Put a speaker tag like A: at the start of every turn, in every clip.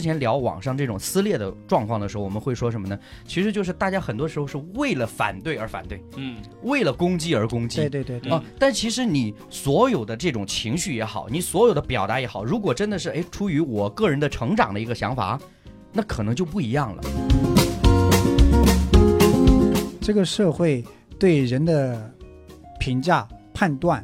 A: 前聊网上这种撕裂的状况的时候，我们会说什么呢？其实就是大家很多时候是为了反对而反对，
B: 嗯，
A: 为了攻击而攻击。
C: 对对对对，
A: 啊，但其实你所有的这种情绪也好，你所有的表达也好，如果真的是哎出于我个人的成长的一个想法，那可能就不一样了。
C: 这个社会对人的评价判断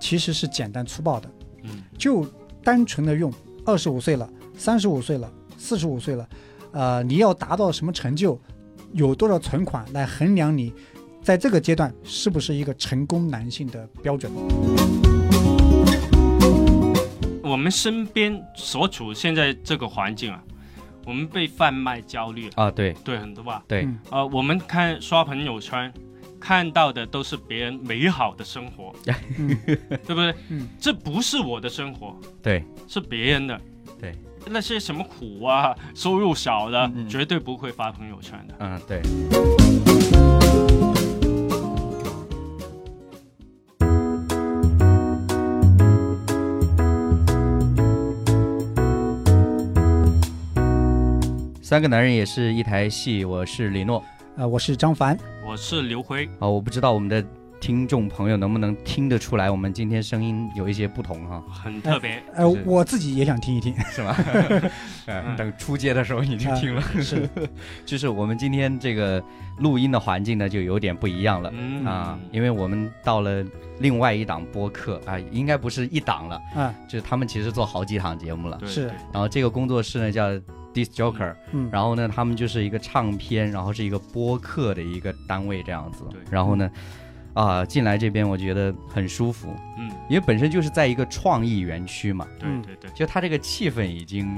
C: 其实是简单粗暴的，
B: 嗯，
C: 就单纯的用二十五岁了、三十五岁了、四十五岁了，呃，你要达到什么成就，有多少存款来衡量你在这个阶段是不是一个成功男性的标准。
B: 我们身边所处现在这个环境啊，我们被贩卖焦虑，
A: 啊，对，
B: 对很多吧？
A: 对
C: 嗯
B: 呃，我们看刷朋友圈，看到的都是别人美好的生 活，
C: 嗯
B: 对不对？
C: 嗯，
B: 这不是我的生活，
A: 对，
B: 是别人的。
A: 对，
B: 那些什么苦啊，收入少的，
A: 嗯嗯
B: 绝对不会发朋友圈的。
A: 嗯，对。三个男人也是一台戏，我是李诺
C: 呃，我是张凡，
B: 我是刘辉，
A: 啊，我不知道我们的听众朋友能不能听得出来，我们今天声音有一些不同 哈、
B: 很特别。
C: 呃
A: 是，
C: 我自己也想听一听。
A: 是吧？嗯等出街的时候你就
C: 啊
A: 听了，
C: 是
A: 就是我们今天这个录音的环境呢就有点不一样了。
B: 嗯
A: 啊，因为我们到了另外一档播客啊，应该不是一档了，
C: 啊，
A: 就是他们其实做好几档节目了。
B: 对
C: 是
B: 对
A: 然后这个工作室呢叫 Dis Joker，、
C: 嗯，
A: 然后呢他们就是一个唱片，然后是一个播客的一个单位这样子
B: 对。
A: 然后呢，啊，进来这边我觉得很舒服，
B: 嗯，
A: 因为本身就是在一个创意园区嘛，
C: 嗯
B: 对对对，
A: 就它这个气氛已经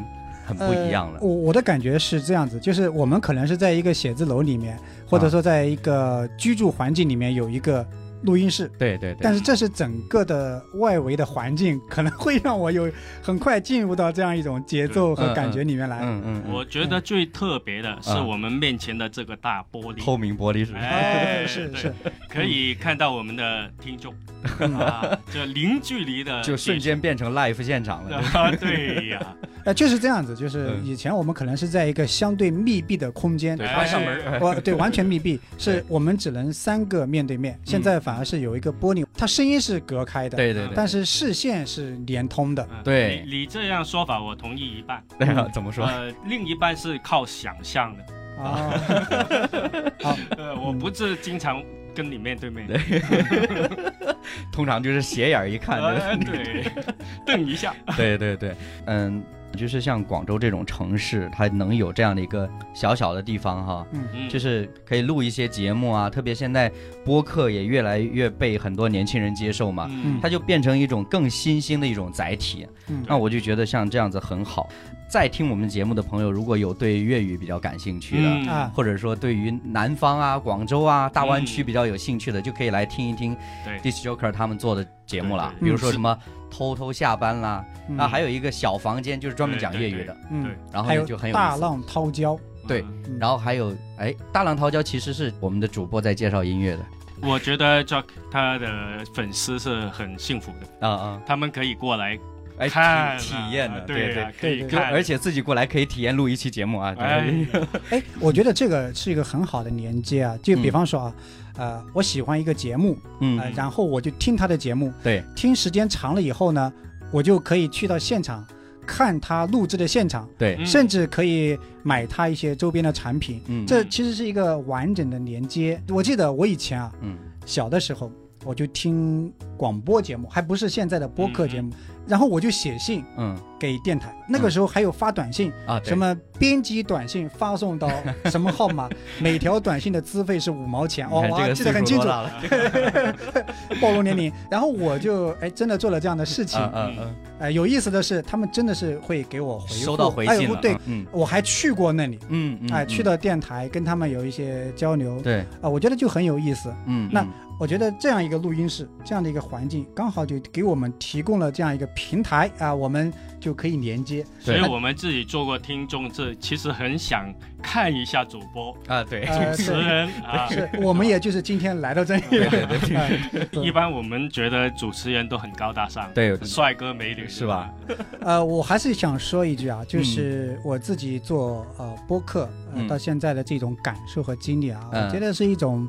A: 很不一样了
C: 呃。我我的感觉是这样子，就是我们可能是在一个写字楼里面，或
A: 啊
C: 者说在一个居住环境里面有一个录音室，
A: 对对对
C: 但是这是整个的外围的环境，可能会让我有很快进入到这样一种节奏和感觉里面来。
A: 嗯嗯，嗯嗯
B: 我觉得最特别的是我们面前的这个大玻璃，
A: 透明玻璃是不是？
B: 哎，
C: 啊是
B: 对
C: 是，
B: 可以看到我们的听众
C: 嗯
B: 啊，这零距离 的
A: 就瞬间变成 live 现场了。
B: 啊，对呀，
C: 呃，就是这样子，就是
A: 嗯
C: 以前我们可能是在一个相对密闭的空间，
A: 对，
B: 哎
A: 关上门儿。
C: 我对完全密 闭，是我们只能三个面对面，现在反而是有一个玻璃，它声音是隔开的，
A: 嗯对对对，
C: 但是视线是连通的。
B: 嗯
A: 对
B: 你你这样说法我同意一半，
A: 对啊，怎么说？
B: 呃，另一半是靠想象的，
C: 啊，
B: 呃，我不是经常跟你面对
A: 嗯
B: 面，
A: 通常就是斜眼儿一看，
B: 呃对， 瞪一下，
A: 对对对，嗯，就是像广州这种城市，它能有这样的一个小小的地方哈。
B: 嗯
A: 就是可以录一些节目啊，特别现在播客也越来越被很多年轻人接受嘛，
B: 嗯
A: 啊它就变成一种更新兴的一种载体。
C: 嗯
A: 那我就觉得像这样子很好。在听我们节目的朋友，如果有对粤语比较感兴趣的，
B: 嗯
C: 啊
A: 或者说对于南方啊、广州啊、大湾区
B: 嗯
A: 比较有兴趣的，就可以来听一听 Dis Joker 他们做的节目啦
B: 对，对
C: 对
A: 比如说什么偷偷下班啦，
C: 嗯
A: 那还有一个小房间就是专门讲粤语的，
C: 嗯
B: 对
A: 然后
C: 还
A: 呢
C: 有
A: 就很有
C: 大
A: 意思。
C: 浪涛礁，
A: 对
B: 嗯
C: 嗯
A: 然后还有哎，大浪淘礁其实是我们的主播在介绍音乐的
B: 我觉得 Jack 他的粉丝是很幸福的，
A: 啊啊，
B: 他们可以过来
A: 哎
B: 嗯看啊
A: 体体验的，
B: 对
A: 对
B: 啊，可以
C: 对对
A: 就
B: 看，
A: 而且自己过来可以体验录一期节目啊， 对，
B: 哎，
C: 哎，我觉得这个是一个很好的连 接啊。就比方说啊，呃，我喜欢一个节目，呃，
A: 嗯，
C: 然后我就听他的节目，
A: 对，
C: 听时间长了以后呢，我就可以去到现场看他录制的现场，
A: 对，
B: 嗯
C: 甚至可以买他一些周边的产品。
A: 嗯，
C: 这其实是一个完整的连接。我记得我以前啊，
A: 嗯
C: 小的时候我就听广播节目，还不是现在的播客节目，然后我就写信
A: 嗯
C: 给电台，那个时候还有发短信，
A: 啊，对
C: 什么编辑短信发送到什么号 码，每条短信的资费是五毛钱，
A: 你
C: 哦，
A: 看
C: 我
A: 这
C: 还
A: 个
C: 记得很
A: 岁
C: 清
A: 数多
C: 楚，
A: 大了
C: 暴露年龄。然后我就哎真的做了这样的事情，
A: 嗯嗯嗯。
C: 哎，有意思的是，他们真的是会给我回复
A: 收到回信
C: 哎
A: 了
C: 我，对，
A: 嗯
C: 我还去过那里，
A: 嗯嗯，
C: 哎，
A: 嗯
C: 去到电台跟他们有一些交流
A: 对，
C: 啊，我觉得就很有意思。
A: 嗯，
C: 那
A: 嗯
C: 我觉得这样一个录音室，这样的一个环境，刚好就给我们提供了这样一个平台啊，我们就可以连接。
B: 所以
A: 对
B: 我们自己做过听众，这其实很想看一下主播、
A: 啊，对
C: 呃
B: 主持人啊。
C: 是我们也就是今天来到这里， 哎对
B: 一般我们觉得主持人都很高大上，
A: 对
B: 帅哥美女
A: 是吧？
C: 呃，我还是想说一句啊，就是我自己做呃播客、呃、
A: 嗯
C: 到现在的这种感受和经历啊，
A: 嗯
C: 我觉得是一种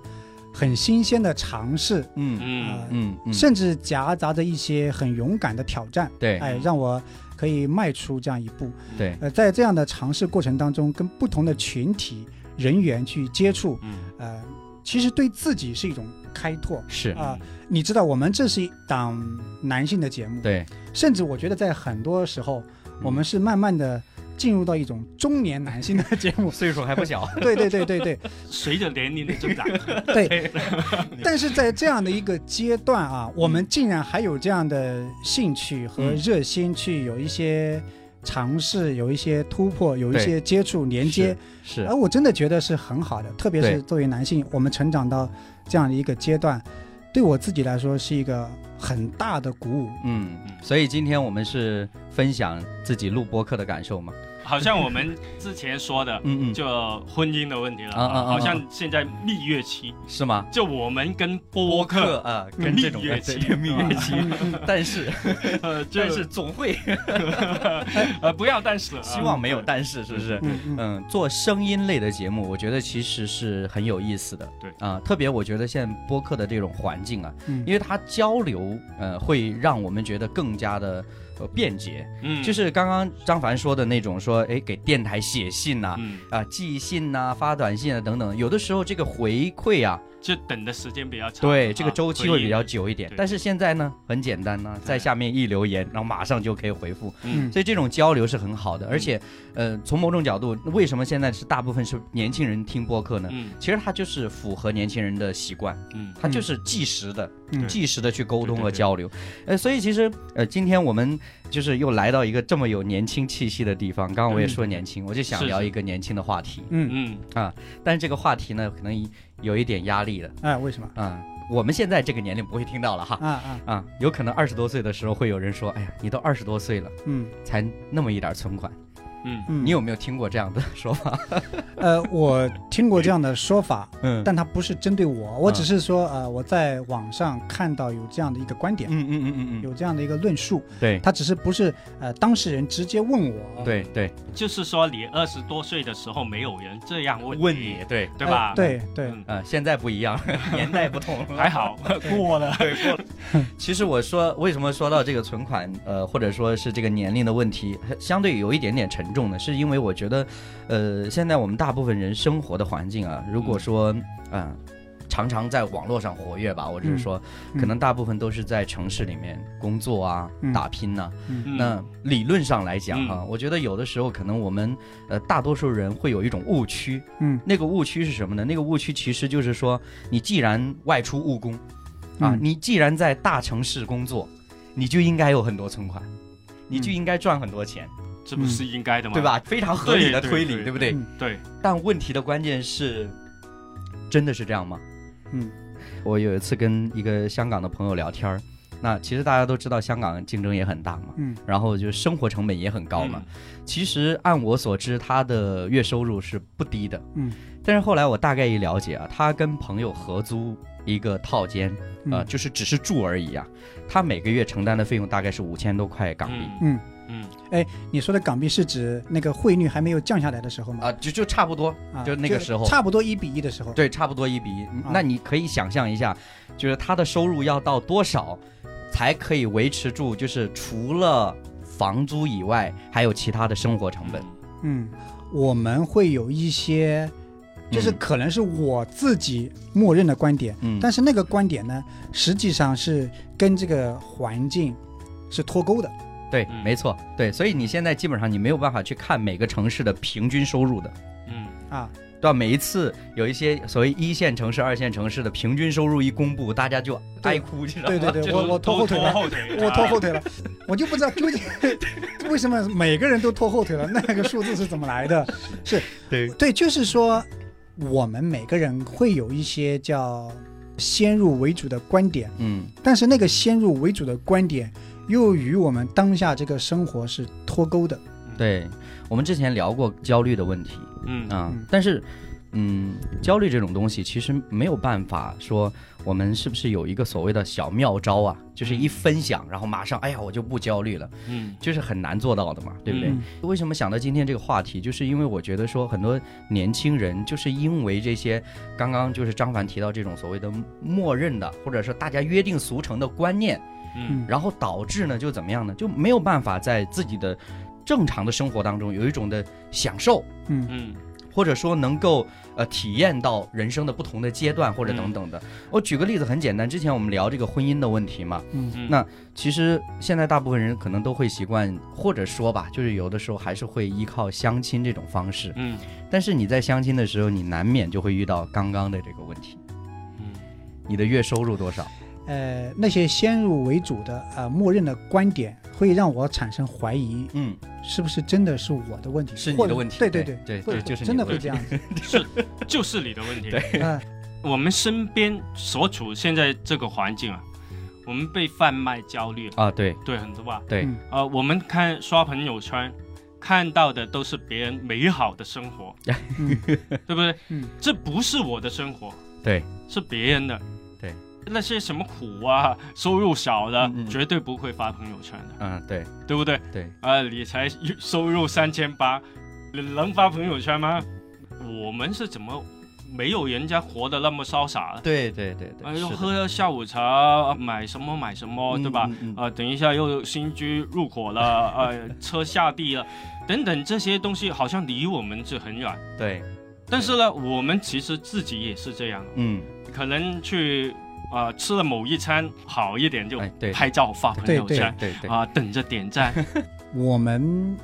C: 很新鲜的尝试，
A: 嗯
B: 嗯，
A: 嗯嗯，
C: 甚至夹杂着一些很勇敢的挑战，
A: 对嗯
C: 哎，让我可以迈出这样一步。
A: 对
C: 呃，在这样的尝试过程当中，跟不同的群体人员去接触，
B: 嗯
C: 呃，其实对自己是一种开拓。
A: 是，
C: 啊你知道，我们这是一档男性的节目，
A: 对。
C: 甚至我觉得在很多时候，我们是慢慢的进入到一种中年男性的节 目
A: 岁数还不 小，
C: 对对对对对
B: 随着年龄的 增长，
C: 对。但是在这样的一个阶段啊，我们竟然还有这样的兴趣和
A: 嗯
C: 热心去有一些尝试，有一些突破，有一
A: 对
C: 些接触连接。
A: 是
C: 而我真的觉得是很好的，特别
A: 对
C: 是作为男性，我们成长到这样的一个阶段，对我自己来说是一个很大的鼓舞。
A: 嗯，所以今天我们是分享自己录播客的感受嘛，，
B: 好像我们之前说的
A: 嗯嗯，
B: 就婚姻的问题了，
A: 啊啊啊啊
B: 好像现在蜜月期，
A: 是吗？
B: 就我们跟播客，
A: 啊，跟这种
B: 蜜月期
A: 对对蜜月期，但是
B: 呃， 就啊
A: 但是总会
B: 呃不要但是了啊
A: 希望没有但是，是不是？
C: 嗯嗯
A: 嗯，做声音类的节目，我觉得其实是很有意思的。
B: 对
A: 啊、特别我觉得现在播客的这种环境啊，
C: 嗯
A: 因为它交流，呃，会让我们觉得更加的呃便捷。
B: 嗯，
A: 就是刚刚张凡说的那种说，哎，给电台写信呐、啊，
B: 嗯，
A: 寄信呐、发短信啊等等，有的时候这个回馈啊，
B: 就等的时间比较长，
A: 对
B: 啊
A: 这个周期会比较，久一点
B: 对。
A: 但是现在呢，很简单呢、在下面一留言，然后马上就可以回复。
B: 回应嗯嗯
A: 所以这种交流是很好的，而且，呃，从某种角度，为什么现在是大部分是年轻人听播客呢？
B: 嗯
A: 其实它就是符合年轻人的习惯，
B: 嗯
A: 它就是即时的、
C: 嗯
A: 即时的去沟通
B: 对对
A: 和
B: 对
A: 交流。呃，所以其实，呃，今天我们就是又来到一个这么有年轻气息的地方。刚刚我也说年
B: 嗯
A: 轻，我就想
B: 是
A: 聊
B: 是
A: 一个年轻的话题，
C: 嗯，
B: 嗯
A: 但是这个话题呢，可能有一点压力了
C: 哎，为什么？
A: 啊、我们现在这个年龄不会听到了哈。
C: 啊啊，
A: 啊，有可能二十多岁的时候会有人说：“哎呀，你都二十多岁了，
C: 嗯
A: 才那么一点存款。”
B: 嗯
C: 嗯，
A: 你有没有听过这样的说法？
C: 呃，我听过这样的说法，
A: 嗯
C: 但它不是针对我，我
A: 嗯
C: 只是说，呃，我在网上看到有这样的一个观点，
A: 嗯嗯嗯
C: 有这样的一个论述，
A: 对
C: 它只是不是呃当事人直接问我，，
A: 对对，
B: 就是说你二十多岁的时候没有人这样问
A: 问你，对，
B: 对吧？
C: 哎对对，
B: 嗯，
A: 啊，现在不一样， 年代不同
B: 还
A: 了。
B: 好过了，
A: 其实我说为什么说到这个存款，呃，或者说是这个年龄的问题，相对有一点点沉重呢，是因为我觉得，呃，现在我们大部分人生活的环境啊，如果说啊、常常在网络上活跃吧，我只是说，
C: 嗯
A: 可能大部分都是在城市里面工作啊、
C: 嗯
A: 打拼呐、
B: 嗯
A: 那理论上来讲哈、
B: 嗯
A: 我觉得有的时候可能我们呃大多数人会有一种误区，
C: 嗯
A: 那个误区是什么呢？那个误区其实就是说，你既然外出务工，啊，
C: 嗯
A: 你既然在大城市工作，你就应该有很多存款，你就应该赚很多钱，
B: 这不是应该的吗？
A: 嗯对？吧？非常合理的
B: 嗯对对
A: 推理，
B: 对
A: 对 不对？
C: 嗯
B: 对，
A: 但问题的关键是，真的是这样吗？
C: 嗯，
A: 我有一次跟一个香港的朋友聊天儿，那其实大家都知道香港竞争也很大嘛，
C: 嗯，
A: 然后就生活成本也很高嘛。
B: 嗯
A: 其实按我所知，他的月收入是不低的。
C: 嗯，
A: 但是后来我大概一了解啊，他跟朋友合租一个套间，
C: 嗯
A: 呃，就是只是住而已啊。他每个月承担的费用大概是五千多块港币。
B: 嗯
C: 嗯，
B: 嗯
C: 你说的港币是指那个汇率还没有降下来的时候吗？
A: 啊，就就差不多，
C: 啊，
A: 就那个时候
C: 差不多一比一的时候，
A: 对，差不多一比一。
C: 啊
A: 那你可以想象一下，就是他的收入要到多少，才可以维持住，就是除了房租以外，还有其他的生活成本。
C: 嗯，我们会有一些，就是
A: 嗯
C: 可能是我自己默认的观点，
A: 嗯，
C: 但是那个观点呢，实际上是跟这个环境是脱钩的。
A: 对，
B: 嗯
A: 没错，对，所以你现在基本上你没有办法去看每个城市的平均收入的，
B: 嗯
C: 啊，
A: 对吧？每一次有一些所谓一线城市、二线城市的平均收入一公布，大家就
C: 对
A: 哀哭，你知道吗？
C: 对对对，
B: 就是
C: 我我拖
B: 都
C: 后腿
B: 拖
C: 了，
B: 后腿啊了，
C: 我拖后腿了，我就不知道究竟为什么每个人都拖后腿了，那个数字是怎么来的？是
A: 对
C: 对，就是说我们每个人会有一些叫先入为主的观点，
A: 嗯
C: 但是那个先入为主的观点又与我们当下这个生活是脱钩的。
A: 对，我们之前聊过焦虑的问题
B: 嗯
A: 啊
C: 嗯，
A: 但是。嗯，焦虑这种东西其实没有办法说我们是不是有一个所谓的小妙招啊，就是一分享，然后马上哎呀我就不焦虑了，
B: 嗯
A: 就是很难做到的嘛，对不对？
C: 嗯
A: 为什么想到今天这个话题，就是因为我觉得说很多年轻人就是因为这些刚刚就是张凡提到这种所谓的默认的，或者说大家约定俗成的观念，
B: 嗯
A: 然后导致呢就怎么样呢，就没有办法在自己的正常的生活当中有一种的享受。
C: 嗯，
B: 嗯
A: 或者说能够呃体验到人生的不同的阶段，或者等等的。我举个例子很简单，之前我们聊这个婚姻的问题嘛，
B: 嗯，
A: 那其实现在大部分人可能都会习惯，或者说吧，就是有的时候还是会依靠相亲这种方式。
B: 嗯
A: 但是你在相亲的时候，你难免就会遇到刚刚的这个问题：
B: 嗯
A: 你的月收入多少？
C: 呃，那些先入为主的啊、呃默认的观点会让我产生怀疑，
A: 嗯，
C: 是不是真的是我的问题？
A: 是你
C: 或
A: 的
C: 者
A: 问题。
C: 对
A: 对
C: 对
A: 对
C: 会
A: 对，就是你
C: 真的会
A: 问题
C: 这样子。
B: 是就是你的问题。
C: 啊，
B: 我们身边所处现在这个环境啊，我们被贩卖焦虑了，
A: 啊，对
B: 对很多吧？
A: 对
C: 嗯，
B: 呃，我们看刷朋友圈，看到的都是别人美好的生 活，
C: 嗯
B: 对不对？
C: 嗯，
B: 这不是我的生活，
A: 对，
B: 是别人的。
A: 对，
B: 那些什么苦啊，收入少的，
A: 嗯嗯
B: 绝对不会发朋友圈的，
A: 嗯，对
B: 对不对？
A: 对，
B: 啊，你才收入三千八，你能发朋友圈吗？我们是怎么没有人家活得那么潇洒的？
A: 对对对对，
B: 哎，
A: 是
B: 又
A: 的
B: 喝下午茶，买什么买什么，对吧？？
A: 嗯嗯嗯
B: 啊、等一下又新居入伙了，呃，车下地了，等等这些东西好像离我们是很远。
A: 对，
B: 但是呢，我们其实自己也是这样，
A: 嗯，
B: 可能去啊、呃吃了某一餐好一点就
A: 哎对
B: 拍照发朋友
C: 对
B: 圈
A: 对对对，
B: 啊、等着 点赞。
C: 我们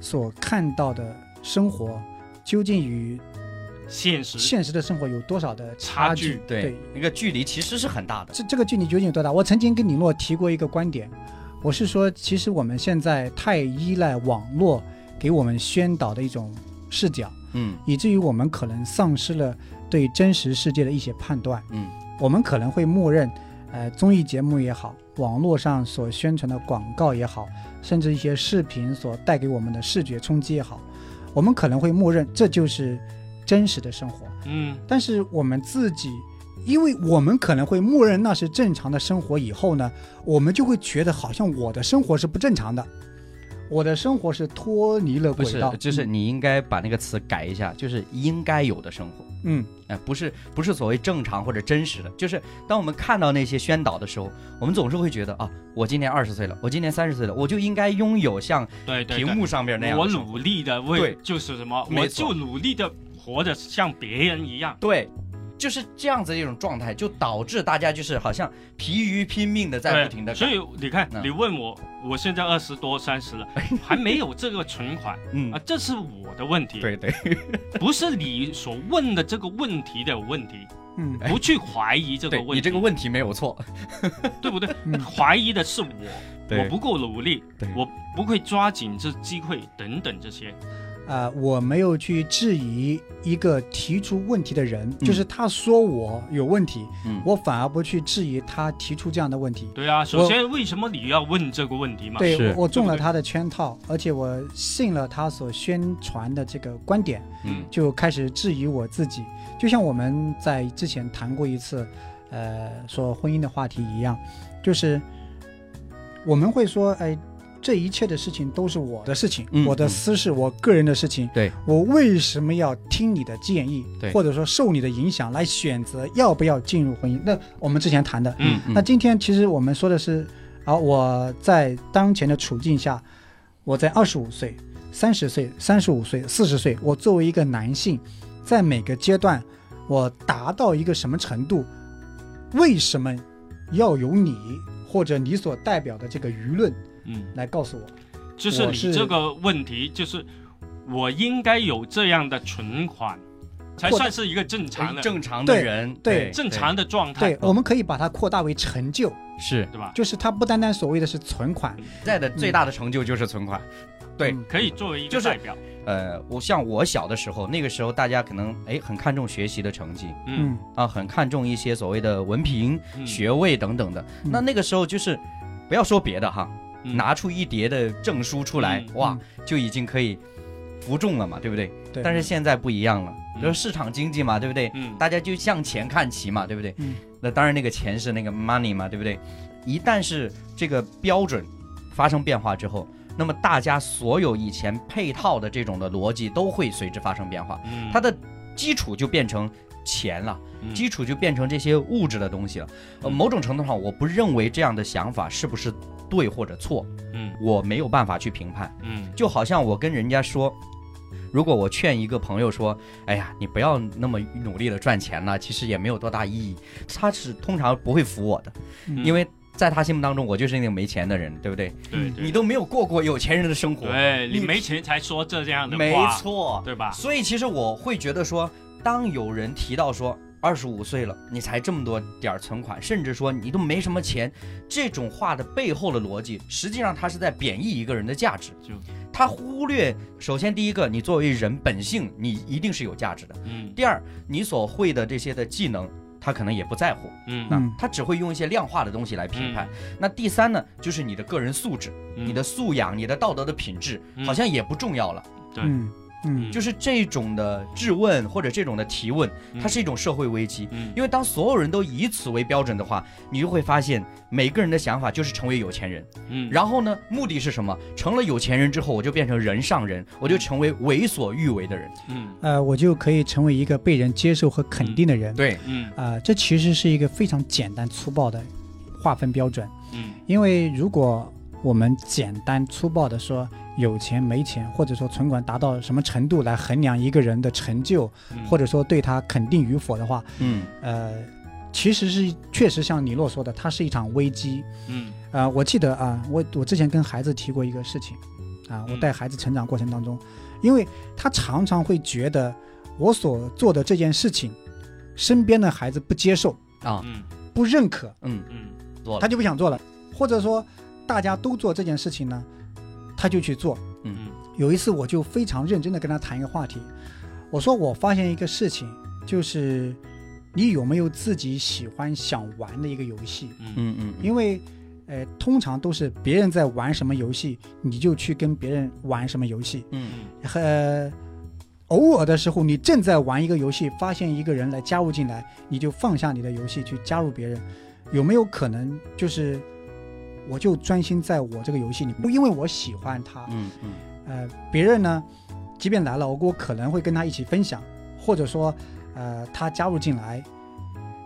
C: 所看到的生活究竟与
B: 现实，
C: 现实的生活有多少的
B: 差距
C: 距？
A: 对那个距离其实是很大的。
C: 这这个距离究竟有多大？我曾经跟李诺提过一个观点，我是说，其实我们现在太依赖网络给我们宣导的一种视角，
A: 嗯
C: 以至于我们可能丧失了对真实世界的一些判断。
A: 嗯，
C: 我们可能会默认，呃，综艺节目也好，网络上所宣传的广告也好，甚至一些视频所带给我们的视觉冲击也好，我们可能会默认这就是真实的生活。
B: 嗯
C: 但是我们自己，因为我们可能会默认那是正常的生活，以后呢，我们就会觉得好像我的生活是不正常的，我的生活是脱离了
A: 不
C: 轨
A: 是
C: 道，，
A: 就是
B: 嗯
A: 你应该把那个词改一下，就是应该有的生活。
C: 嗯
A: 哎，不是不是所谓正常或者真实的，就是当我们看到那些宣导的时候，我们总是会觉得啊，我今年二十岁了，我今年三十岁了，我就应该拥有像
B: 对对
A: 屏
B: 对，
A: 幕上边那样
B: 我
A: 的生活
B: 努力的
A: 对
B: 为就是什么，
A: 没
B: 我
A: 错
B: 就努力的活得像别人一样。
A: 对，就是这样子的一种状态，就导致大家就是好像疲于拼命的在
B: 对
A: 不停的，
B: 所以你看，
A: 嗯哎
B: 你问我，我现在二十多、三十了，还没有这个存款
A: 嗯
B: 啊，，这是我的问题，
A: 对对，
B: 不是你所问的这个问题的问题，
C: 嗯
B: 不去怀疑这个
A: 哎对
B: 问题，
A: 你这个问题没有错，
B: 对不对？
C: 嗯
B: 怀疑的是我，
A: 对嗯
B: 我不够努力
A: 对，
B: 我不会抓紧这机会，等等这些，
C: 啊、我没有去质疑一个提出问题的人，
A: 嗯
C: 就是他说我有问题，
A: 嗯
C: 我反而不去质疑他提出这样的问题。
B: 对啊。首先，为什么你要问这个问题嘛？
A: 是
C: 对，我我中了
B: 对不对
C: 他的圈套，而且我信了他所宣传的这个观点，
A: 嗯
C: 就开始质疑我自己。就像我们在之前谈过一次，呃，说婚姻的话题一样，就是我们会说，哎，这一切的事情都是我的事情，
A: 嗯
C: 我的
A: 嗯
C: 私事，我个人的事情。
A: 对，
C: 我为什么要听你的建议
A: 对，
C: 或者说受你的影响来选择要不要进入婚姻？那我们之前谈的，
B: 嗯
A: 嗯
C: 那今天其实我们说的是，啊，我在当前的处境下，我在二十五岁、三十岁、三十五岁、四十岁，我作为一个男性，在每个阶段，我达到一个什么程度，为什么要有你或者你所代表的这个舆论
B: 嗯，
C: 来告诉我？
B: 就是
C: 我
B: 你
C: 是
B: 这个问题，就是我应该有这样的存款，才
C: 或
B: 算是一个正常的、
A: 哎正常的
C: 对
A: 人，
C: 对
B: 正常的状态
C: 哎对，，我们可以把它扩大为成就，
A: 是
B: 对吧？
C: 就是它不单单所谓的是存款，
B: 嗯
A: 现在的最大的成就就是存款，对
C: 嗯
B: 可以作为一
A: 就
B: 个
A: 是
B: 代表，
A: 呃，我像我小的时候，那个时候大家可能哎很看重学习的成绩
B: 嗯
C: 嗯，
A: 啊，很看重一些所谓的文凭、
B: 嗯
A: 学位等等的。
C: 嗯
A: 那那个时候就是，不要说别的哈，
B: 嗯
A: 拿出一叠的证书出来，
B: 嗯
A: 哇，就已经可以服众了嘛，对不对？
C: 嗯对
A: 但是现在不一样了，
B: 嗯
A: 就是市场经济嘛，对不对？
B: 嗯
A: 大家就向前看齐嘛，对不对？
C: 嗯
A: 那当然，那个钱是那个 money 嘛，对不对？一旦是这个标准发生变化之后，那么大家所有以前配套的这种的逻辑都会随之发生变化，
B: 嗯
A: 它的基础就变成钱了，
B: 嗯
A: 基础就变成这些物质的东西了。呃，
B: 嗯
A: 某种程度上，我不认为这样的想法是不是对或者错，
B: 嗯
A: 我没有办法去评判。
B: 嗯
A: 就好像我跟人家说，如果我劝一个朋友说，哎呀，你不要那么努力的赚钱了，其实也没有多大意义，他是通常不会服我的，
C: 嗯
A: 因为在他心目当中，我就是那个没钱的人，对不对？
B: 对
C: 嗯
B: 对
A: 你都没有过过有钱人的生活，
B: 对你
A: 你
B: 没钱才说这样的话，
A: 没错。
B: 对吧？
A: 啊所以其实我会觉得说，当有人提到说。二十五岁了，你才这么多点儿存款，甚至说你都没什么钱，这种话的背后的逻辑，实际上它是在贬义一个人的价值。
B: 就
A: 他忽略，首先第一个，你作为人本性，你一定是有价值的；
B: 嗯
A: 第二，你所会的这些的技能，他可能也不在乎，
B: 嗯
A: 那
C: 嗯
A: 他只会用一些量化的东西来评判。那第三呢，就是你的个人素质、你的素养、你的道德的品质，
B: 嗯
A: 好像也不重要了。
B: 对
C: 嗯嗯
A: 就是这种的质问或者这种的提问，它是一种社会危机。
B: 嗯
A: 因为当所有人都以此为标准的话，你就会发现每个人的想法就是成为有钱人。
B: 嗯
A: 然后呢，目的是什么？成了有钱人之后，我就变成人上人，我就成为为所欲为的人。
B: 嗯
C: 呃，我就可以成为一个被人接受和肯定的人。
A: 对，
B: 嗯
C: 啊、这其实是一个非常简单粗暴的划分标准。
B: 嗯
C: 因为如果我们简单粗暴的说有钱没钱，或者说存款达到什么程度来衡量一个人的成就，
B: 嗯
C: 或者说对他肯定与否的话，
A: 嗯
C: 呃，其实是确实像李洛说的，它是一场危机。
B: 嗯
C: 呃，我记得啊，我我之前跟孩子提过一个事情，啊，我
B: 嗯
C: 带孩子成长过程当中，因为他常常会觉得我所做的这件事情，身边的孩子不接受、
A: 啊，
B: 嗯
C: 不认可，
A: 嗯，
B: 嗯
A: 做
C: 他
A: 了，
C: 就不想做了，或者说大家都做这件事情呢，他就去做。
B: 嗯
C: 有一次我就非常认真的跟他谈一个话题，我说我发现一个事情，就是你有没有自己喜欢想玩的一个游戏？
B: 嗯
A: 嗯嗯，
C: 因为，呃，通常都是别人在玩什么游戏，你就去跟别人玩什么游戏。
A: 嗯
C: 呃，偶尔的时候，你正在玩一个游戏，发现一个人来加入进来，你就放下你的游戏去加入别人，有没有可能就是，我就专心在我这个游戏里，不因为我喜欢他，
A: 嗯嗯
C: 呃，别人呢，即便来了，我可能会跟他一起分享，或者说，呃，他加入进来，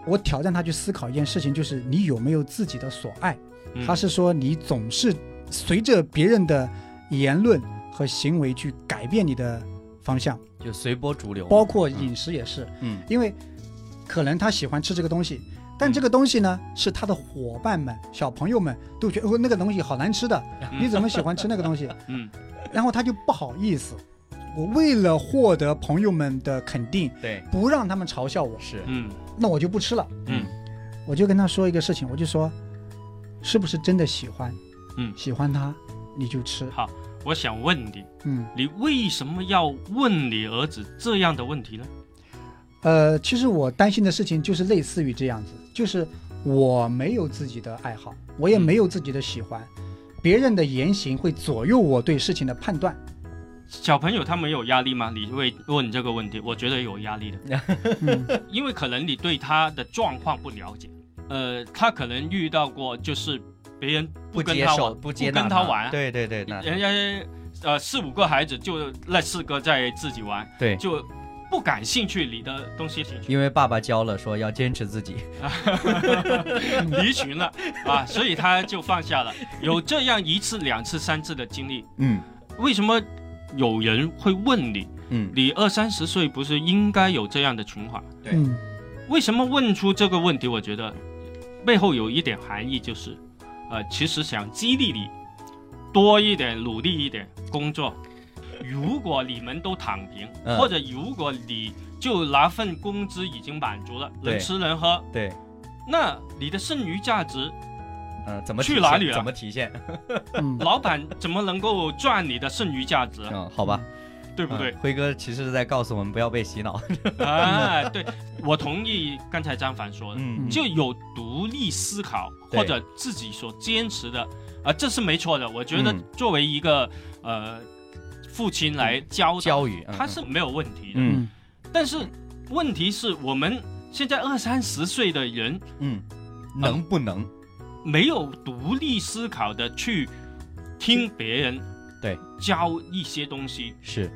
C: 我挑战他去思考一件事情，就是你有没有自己的所爱。
B: 嗯，
C: 他是说你总是随着别人的言论和行为去改变你的方向，
A: 嗯，就随波逐流，
C: 包括饮食也是，
A: 嗯
C: 因为可能他喜欢吃这个东西。但这个东西呢，是他的伙伴们、小朋友们都觉得哦，那个东西好难吃的，你怎么喜欢吃那个东西？
B: 嗯
C: 然后他就不好意思。我为了获得朋友们的肯定，
A: 对
C: 不让他们嘲笑我，
A: 是
B: 嗯
C: 那我就不吃了。
B: 嗯，
C: 我就跟他说一个事情，我就说，是不是真的喜欢？
B: 嗯
C: 喜欢他你就吃。
B: 我想问你，
C: 嗯，
B: 你为什么要问你儿子这样的问题呢？
C: 呃，其实我担心的事情就是类似于这样子，就是我没有自己的爱好，我也
B: 嗯
C: 没有自己的喜欢，别人的言行会左右我对事情的判断。
B: 小朋友他们有压力吗？你会问这个问题，我觉得有压力 的。
C: 嗯
B: 因为可能你对他的状况不了解，呃，他可能遇到过就是别人
A: 不
B: 跟
A: 接
B: 他
A: 受
B: 玩，
A: 不接
B: 不
A: 纳
B: 跟他玩
A: 对对对，那
B: 人家呃四五个孩子就那四个在自己玩，
A: 对。
B: 就不感兴趣你的东西，
A: 因为爸爸教了，说要坚持自己。
B: 离群了啊，所以他就放下了。有这样一次、两次、三次的经历，
A: 嗯
B: 为什么有人会问你，
A: 嗯，
B: 你二三十岁不是应该有这样的存款？
A: 对
C: 嗯
B: 为什么问出这个问题？我觉得背后有一点含义，就是，呃，其实想激励你多一点，努力一点工作。如果你们都躺平，
A: 嗯
B: 或者如果你就拿份工资已经满足了，
A: 对
B: 能吃能喝，
A: 对，
B: 那你的剩余价 值，
A: 嗯、怎么
B: 去
A: 体
B: 哪
A: 现
B: 里了
A: 怎么体现？
C: 嗯
B: 哦老板怎么能够赚你的剩余价值？
A: 嗯，好吧，
B: 对不 啊对
A: 嗯？辉哥其实是在告诉我们不要被洗脑。
B: 啊，对，我同意刚才张凡说的，
A: 嗯
B: 就有独立思考
A: 对
B: 或者自己所坚持的，啊、这是没错的。我觉得
A: 嗯
B: 作为一个、呃父亲来教导
A: 教育，嗯
B: 他是没有问题的。
A: 嗯
B: 但是问题是我们现在二三十岁的人
A: 嗯，能不能？
B: 没有独立思考的去听别人
A: 对
B: 教一些东西。
A: 是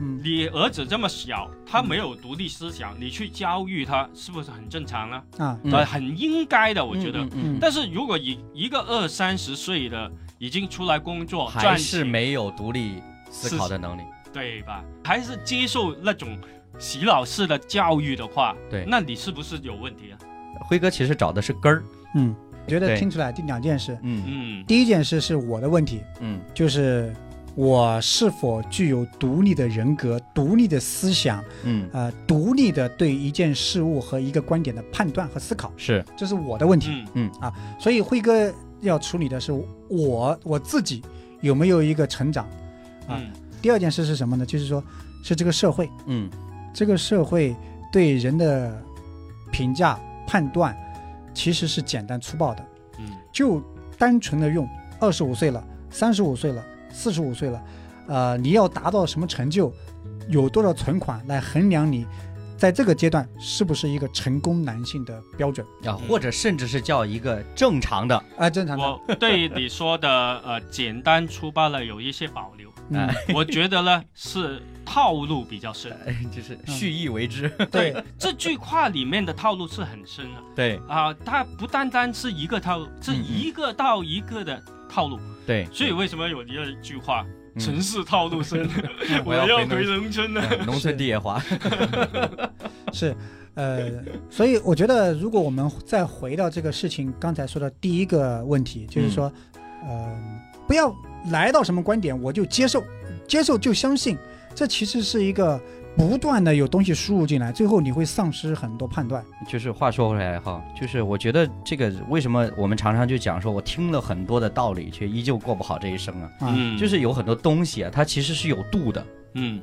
C: 嗯，
B: 你儿子这么小，他
A: 嗯
B: 没有独立思想，你去教育他是不是很正常啊？
C: 啊，
A: 嗯
B: 呃，很应该的，我觉得。
A: 嗯嗯嗯
B: 但是如果一一个二三十岁的已经出来工作，
A: 还
B: 哦赚
A: 是
B: 钱
A: 没有独立思考的能力。
B: 对吧？还是接受那种洗脑式的教育的话，
A: 对
B: 那你是不是有问题啊？
A: 辉哥其实找的是根儿，
C: 嗯，我觉得
A: 对
C: 听出来这两件事，
A: 嗯
B: 嗯，
C: 第一件事是我的问题，
A: 嗯
C: 就是我是否具有独立的人格、独立的思想，
A: 嗯，
C: 呃，独立的对一件事物和一个观点的判断和思考，
A: 是
C: 这是我的问题。
B: 嗯
C: 所以辉哥要处理的是我我自己有没有一个成长。啊
B: 嗯
C: 第二件事是什么呢？就是说，是这个社会，
A: 嗯
C: 这个社会对人的评价判断其实是简单粗暴的，
B: 嗯
C: 就单纯的用二十五岁了、三十五岁了、四十五岁了，呃，你要达到什么成就，有多少存款来衡量你在这个阶段是不是一个成功男性的标准
A: 啊，或者甚至是叫一个正常 的，
C: 啊、正常的，
B: 我 对你说的呃简单粗暴呢有一些保 留，
C: 嗯，
B: 我觉得呢是套路比较 深。
A: 哎就是蓄意为之。
C: 对，
B: 这句话里面的套路是很深的
A: 对
B: 啊、它不单单是一个套路，是
A: 嗯嗯
B: 一个到一个的套路。
A: 对，
B: 所以为什么有一句话“
A: 嗯
B: 城市套 路深，我
A: 我要
B: 要
A: 回
B: 回农村呢
A: 嗯农村地也滑。
C: 是，呃，所以我觉得，如果我们再回到这个事情刚才说的第一个问题，就是说，呃，不要来到什么观点我就接受，接受就相信，这其实是一个不断的有东西输入进来，最后你会丧失很多判断。
A: 就是话说回来哈，就是我觉得这个为什么我们常常就讲说，我听了很多的道理，却依旧过不好这一生啊？”。
C: 啊
B: 嗯，
A: 就是有很多东西啊，它其实是有度的
B: 嗯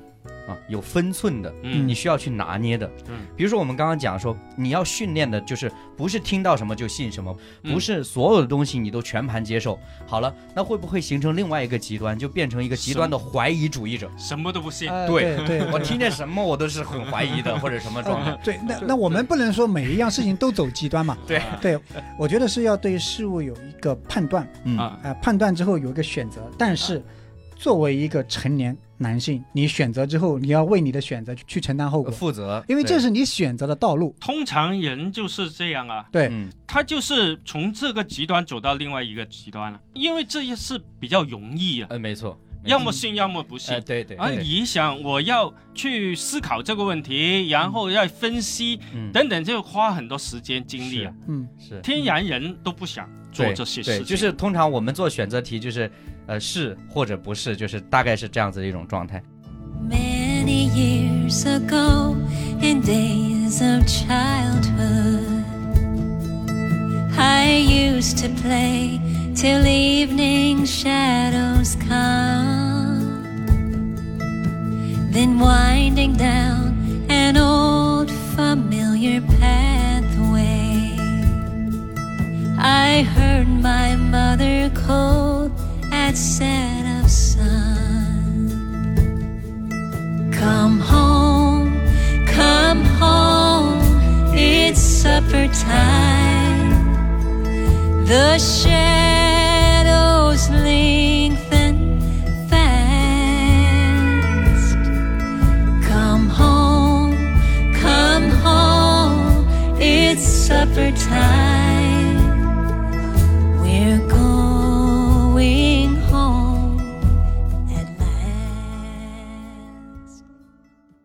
A: 啊，有分寸的。
B: 嗯
A: 你需要去拿捏的。
B: 嗯，
A: 比如说我们刚刚讲说，你要训练的就是不是听到什么就信什么，
B: 嗯
A: 不是所有的东西你都全盘接受。好了，那会不会形成另外一个极端，就变成一个极端的怀疑主义者？
B: 什么都不信。
C: 呃
A: 对
C: 对对
A: 我听见什么我都是很怀疑的，或者什么 状态。
C: 对，那那我们不能说每一样事情都走极端嘛。
A: 对
C: 对，我觉得是要对事物有一个判断，
A: 嗯，
B: 啊，
C: 呃，判断之后有一个选择，但是作为一个成年男性，你选择之后，你要为你的选择去去承担后
B: 呃
C: 果，
A: 负责，
C: 因为这
A: 对
C: 是你选择的道路。
B: 通常人就是这样啊，
C: 对
A: 嗯
B: 他就是从这个极端走到另外一个极端了，因为这也是比较容易啊，
A: 呃没错，没
B: 要么信，要么不信
A: 哎。对对
B: 啊，
A: 对
B: 你想我要去思考这个问题，然后要分析
A: 嗯
B: 等等，就花很多时间精力啊。
C: 嗯，
A: 是
B: 天然人都不想做
A: 对
B: 这些事
A: 对，
B: 情，
A: 就是通常我们做选择题就是呃是或者不是，就是大概是这样子的一种状态。
D: Many years ago, in days of childhood, I used to play till evening shadows come. Then winding down an old familiar pathway, I heard my mother call at set of sun. Come home, come home, it's supper time. The shadows lengthen fast. Come home, come home, it's supper time. We're going home at last.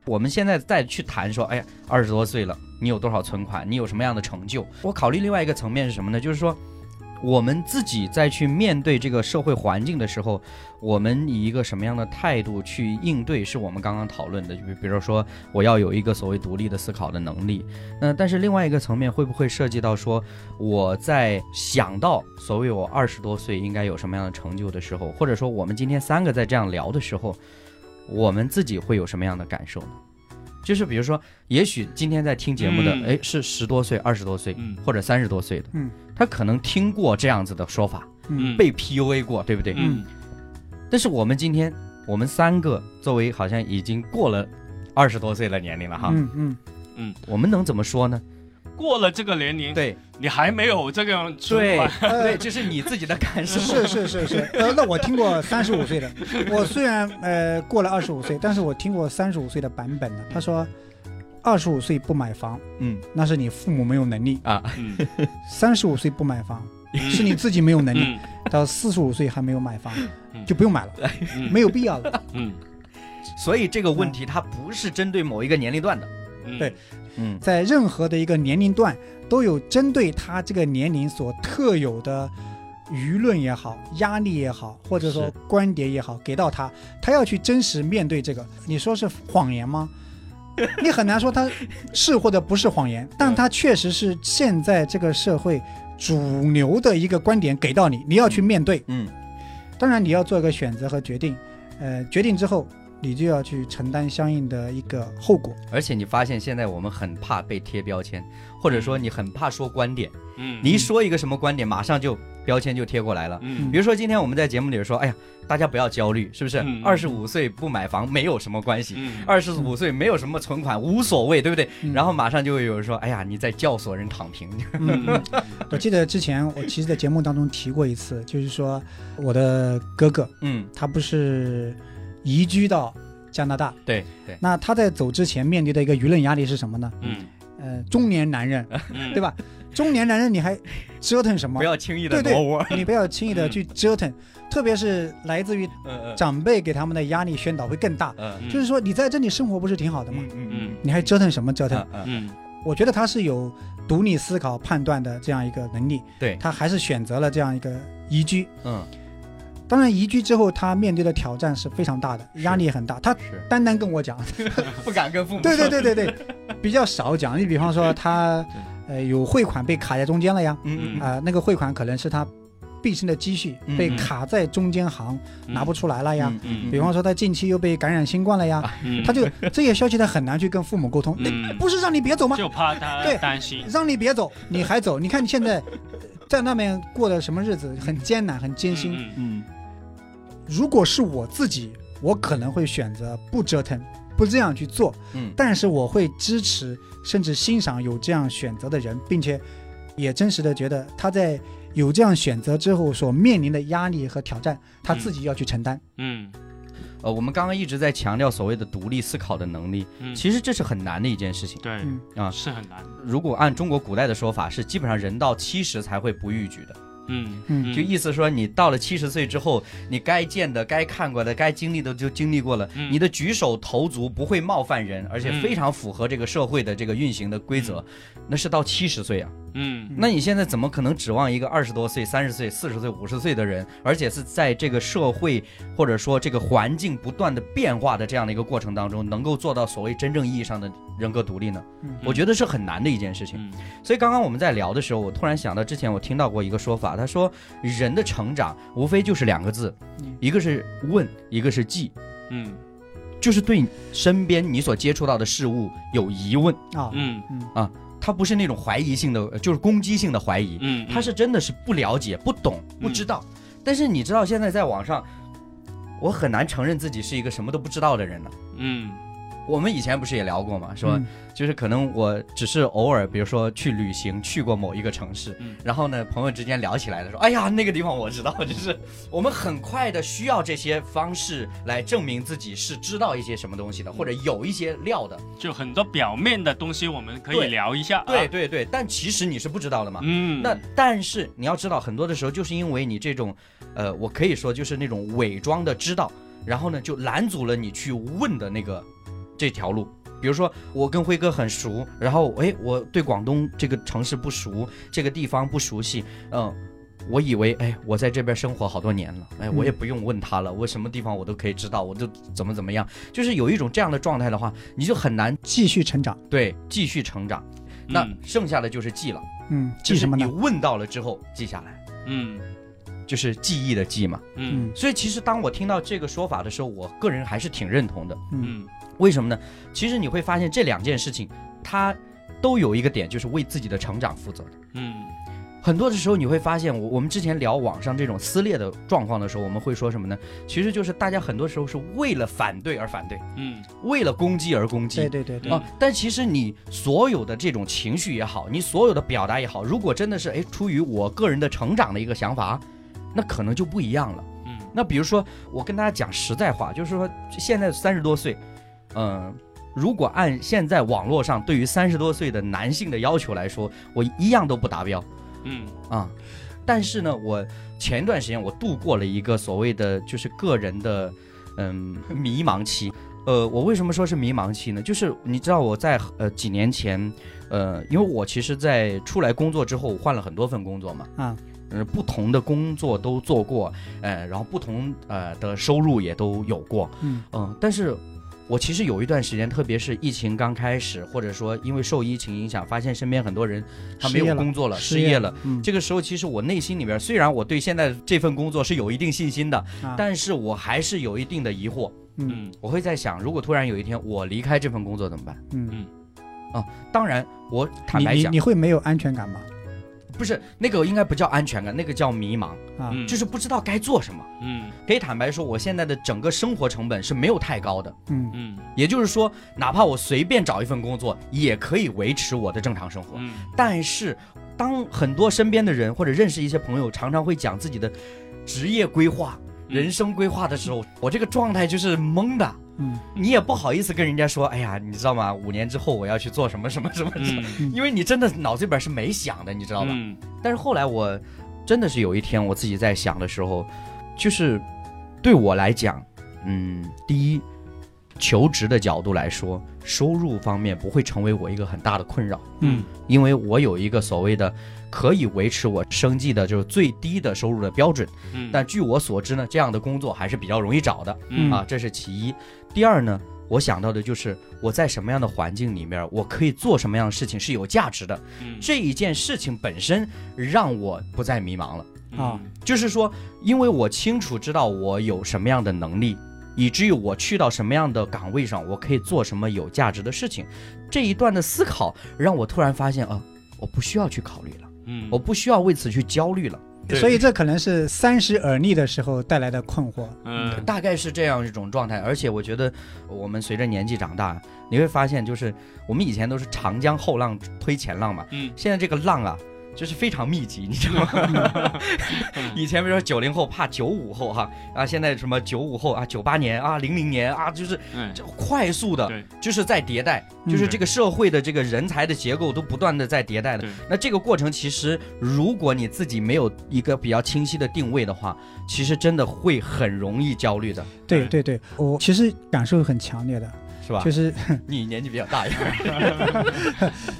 A: 我们现在再去谈说，哎呀，二十多岁了，你有多少存款？你有什么样的成就？我考虑另外一个层面是什么呢？就是说，我们自己在去面对这个社会环境的时候，我们以一个什么样的态度去应对，是我们刚刚讨论的。就比比如说，我要有一个所谓独立的思考的能力。那但是另外一个层面，会不会涉及到说，我在想到所谓我二十多岁应该有什么样的成就的时候，或者说我们今天三个在这样聊的时候，我们自己会有什么样的感受呢？就是比如说，也许今天在听节目的，
B: 嗯
A: 哎、是十多岁、二十多岁，
B: 嗯
A: 或者三十多岁的，
C: 嗯，
A: 他可能听过这样子的说法，
B: 嗯，
A: 被 PUA 过，对不对？
B: 嗯
A: 但是我们今天，我们三个作为好像已经过了二十多岁的年龄
B: 啊
A: 了哈，
C: 嗯嗯，
A: 我们能怎么说
B: 嗯
A: 呢？
B: 过了这个年龄，
A: 对
B: 你还没有这样存
A: 对
B: 款，
C: 呃
A: 对，这是你自己的感受。
C: 是是是是， 呃，那我听过三十五岁的，我虽然呃过了二十五岁，但是我听过三十五岁的版本的。他说，二十五岁不买房，
A: 嗯
C: 那是你父母没有能力；
A: 啊，
B: 嗯
C: 三十五岁不买房，
B: 嗯
C: 是你自己没有能力；
B: 嗯
C: 到四十五岁还没有买房
B: 嗯，
C: 就不用买了，
B: 嗯
C: 没有必要了。
B: 嗯
A: 所以这个问题它不是针对某一个年龄段的。
B: 嗯
C: 对
A: 嗯
C: 在任何的一个年龄段，都有针对他这个年龄所特有的。舆论也好，压力也好，或者说
A: 是
C: 观点也好，给到他，他要去真实面对这个。你说是谎言吗？你很难说他是或者不是 谎言，但他确实是现在这个社会主流的一个观点给到你，你要去面对。
A: 嗯，
C: 当然你要做一个选择和决定，呃，决定之后你就要去承担相应的一个后果。
A: 而且你发现现在我们很怕被贴标签，或者说你很怕说观点，
B: 嗯
A: 你一说一个什么观点，马上就标签就贴过来了。
B: 嗯
A: 比如说今天我们在节目里说，哎呀，大家不要焦虑，是不是
B: 嗯？
A: 二十五岁不买房没有什么关系，
B: 嗯
A: 二十五岁没有什么存款无所谓，对不对？
C: 嗯
A: 然后马上就会有人说，哎呀，你在教唆人躺平。
C: 嗯，嗯我记得之前我其实，在节目当中提过一次，就是说我的哥哥
A: 嗯，
C: 他不是移居到加拿大，
A: 对对，
C: 那他在走之前面对的一个舆论压力是什么呢？
B: 嗯
C: 呃，中年 男人，
B: 嗯
C: 对吧？中年男人你还折腾什么
A: 不？要轻易的
C: 对对
A: 挪窝。
C: 你不要轻易的去折腾，特别是来自于
A: 嗯嗯
C: 长辈给他们的压力宣导会更大。
A: 嗯
B: 嗯
C: 就是说，你在这里生活不是挺好的吗？
A: 嗯
C: 你还折腾什么折腾？
A: 嗯嗯
B: 嗯
C: 我觉得他是有独立思考、判断的这样一个能力。
A: 对
C: 他还是选择了这样一个移居。
A: 嗯，
C: 当然，移居之后他面对的挑战是非常大的，压力也很大。他
A: 是
C: 单单跟 我讲，
A: 不敢跟父母
C: 对对对对对，比较少讲。你比方说他，呃，有汇款被卡在中间了呀，
A: 嗯
C: 啊、那个汇款可能是他毕生的积蓄
A: 嗯
C: 被卡在中间行， 拿不出来了哎呀。
B: 嗯
C: 比方说他近期又被感染新冠了呀，
B: 嗯
C: 他就这些消息他很难去跟父母沟通。那
B: 嗯
C: 不是让你别走吗？
B: 就怕他
C: 对
B: 担心，
C: 让你别走，你还走？你看你现在呃在那边过的什么日子，很艰难，很艰辛。
B: 嗯
A: 嗯
C: 如果是我自己，我可能会选择不折腾，不这样去做，
A: 嗯
C: 但是我会支持甚至欣赏有这样选择的人，并且也真实的觉得他在有这样选择之后所面临的压力和挑战，他自己要去承担。
B: 嗯
A: 呃，我们刚刚一直在强调所谓的独立思考的能力，
B: 嗯，
A: 其实这是很难的一件事情。
B: 对
C: 嗯
A: 啊
B: 是很难，
A: 如果按中国古代的说法，是基本上人到七十才会不逾矩的，
B: 嗯
C: 嗯
A: 就意思说你到了七十岁之后，你该见的、该看过的、该经历的就经历过了，
B: 嗯
A: 你的举手投足不会冒犯人，而且
B: 嗯
A: 非常符合这个社会的这个运行的规则，那是到七十岁啊。
B: 嗯
A: 那你现在怎么可能指望一个二十多岁、三十岁、四十岁、五十岁的人，而且是在这个社会或者说这个环境不断的变化的这样的一个过程当中，能够做到所谓真正意义上的人格独立呢？
C: 嗯
A: 我觉得是很难的一件事情。
B: 嗯
A: 所以刚刚我们在聊的时候，我突然想到之前我听到过一个说法，他说人的成长无非就是两个字
C: 嗯，
A: 一个是问，一个是记，
B: 嗯
A: 就是对身边你所接触到的事物有疑问，
C: 啊，
B: 嗯
C: 嗯
A: 它不是那种怀疑性的，呃就是攻击性的怀疑。
B: 嗯，
A: 他是真的是不了解、不懂、不知道。但是你知道，现在在网上，我很难承认自己是一个什么都不知道的人了。
B: 嗯
A: 我们以前不是也聊过嘛，说、
C: 嗯
A: 就是可能我只是偶尔，比如说去旅行，去过某一个城市，
B: 嗯
A: 然后呢，朋友之间聊起来的时候，哎呀，那个地方我知道，就是我们很快的需要这些方式来证明自己是知道一些什么东西的，或者有一些料的。啊
B: 就很多表面的东西我们可以
A: 对
B: 聊一下，啊
A: 对，对对，但其实你是不知道的嘛。
B: 嗯，
A: 那但是你要知道，很多的时候就是因为你这种，呃，我可以说就是那种伪装的知道，然后呢就拦阻了你去问的那个这条路。比如说，我跟辉哥很熟，然后诶，我对广东这个城市不熟，这个地方不熟悉，嗯、我以为哎，我在这边生活好多年了，
B: 嗯
A: 哎，我也不用问他了，我什么地方我都可以知道，我就怎么怎么样，就是有一种这样的状态的话，你就很难
C: 继续成长，
A: 对继续成长。那
B: 嗯
A: 剩下的就是记了。
C: 嗯，
A: 就
C: 记
A: 是
C: 什么
A: 你
C: 呢？
A: 问到了之后记下来，
B: 嗯
A: 就是记忆的记嘛。
B: 嗯
C: 嗯
A: 所以其实当我听到这个说法的时候，我个人还是挺认同的。
C: 嗯
B: 嗯
A: 为什么呢？其实你会发现这两件事情，它都有一个点，就是为自己的成长负责的。
B: 嗯
A: 很多的时候你会发现，我我们之前聊网上这种撕裂的状况的时候，我们会说什么呢？其实就是大家很多时候是为了反对而反对，
B: 嗯
A: 为了攻击而攻击。
C: 对对对对，
A: 啊，但其实你所有的这种情绪也好，你所有的表达也好，如果真的是哎出于我个人的成长的一个想法，那可能就不一样了。
B: 嗯
A: 那比如说，我跟大家讲实在话，就是说现在三十多岁，嗯，如果按现在网络上对于三十多岁的男性的要求来说，我一样都不达标
B: 嗯
A: 啊。但是呢，我前段时间我度过了一个所谓的就是个人的嗯迷茫期。呃，我为什么说是迷茫期呢？就是你知道我在呃几年前，呃，因为我其实，在出来工作之后，我换了很多份工作嘛，
C: 啊，
A: 呃，不同的工作都做过，呃，然后不同呃的收入也都有过，
C: 嗯
A: 嗯、但是我其实有一段时间，特别是疫情刚开始，或者说因为受疫情影响，发现身边很多人他没
C: 嗯失业
A: 有
C: 了
A: 工作了，
C: 失
A: 失
C: 业
A: 业
C: 了
A: 了。
C: 嗯，
A: 这个时候，其实我内心里边，虽然我对现在这份工作是有一定信心的，
C: 啊
A: 但是我还是有一定的疑惑。
C: 嗯
B: 嗯
A: 我会在想，如果突然有一天我离开这份工作怎么办？
C: 嗯，
A: 当然，我坦
C: 你
A: 白
C: 你
A: 讲
C: 你，会没有安全感吗？
A: 不是那个应该不叫安全感，那个叫迷茫，
C: 啊，
B: 嗯，
A: 就是不知道该做什么。
B: 嗯
A: 可以坦白说，我现在的整个生活成本是没有太高的，
C: 嗯
B: 嗯
A: 也就是说，哪怕我随便找一份工作，也可以维持我的正常生活。
B: 嗯
A: 但是，当很多身边的人或者认识一些朋友，常常会讲自己的职业规划、人生规划的时候，我这个状态就是懵的。
C: 嗯
A: 你也不好意思跟人家说，哎呀，你知道吗？五年之后我要去做什么什么什么，
B: 嗯，
A: 因为你真的脑子里边是没想的，你知道吧？
B: 嗯
A: 但是后来我真的是有一天我自己在想的时候，就是对我来讲，嗯，第一，求职的角度来说，收入方面不会成为我一个很大的困扰，
C: 嗯
B: 嗯
A: 因为我有一个所谓的可以维持我生计的，就是最低的收入的标准。
B: 嗯，
A: 但据我所知呢，这样的工作还是比较容易找的
B: 嗯
A: 啊，这是其一。第二呢。我想到的就是我在什么样的环境里面，我可以做什么样的事情是有价值的，
B: 嗯
A: 这一件事情本身让我不再迷茫了。
B: 嗯
C: 啊
A: 就是说，因为我清楚知道我有什么样的能力，以至于我去到什么样的岗位上，我可以做什么有价值的事情。这一段的思考让我突然发现，啊，我不需要去考虑了，
B: 嗯，
A: 我不需要为此去焦虑了。
B: 对
C: 所以这可能是三十而立的时候带来的困惑。
B: 嗯
A: 大概是这样一种状态。而且我觉得，我们随着年纪长大，你会发现，就是我们以前都是长江后浪推前浪嘛，
B: 嗯
A: 现在这个浪啊，就是非常密集，你知道 吗？
B: 嗯
A: 以前比如说九零后怕九五后哈啊，现在什么九五后啊、九八年啊、零零年啊，就是
B: 嗯
A: 这快速的，
B: 对
A: 就是在迭代，
C: 嗯
A: 就是这个社会的这个人才的结构都不断的在迭代的
B: 对。
A: 那这个过程其实，如果你自己没有一个比较清晰的定位的话，其实真的会很容易焦虑的，
C: 对
B: 嗯
C: 对对，我其实感受很强烈的，
A: 是吧？
C: 就是
A: 你年纪比较大一点，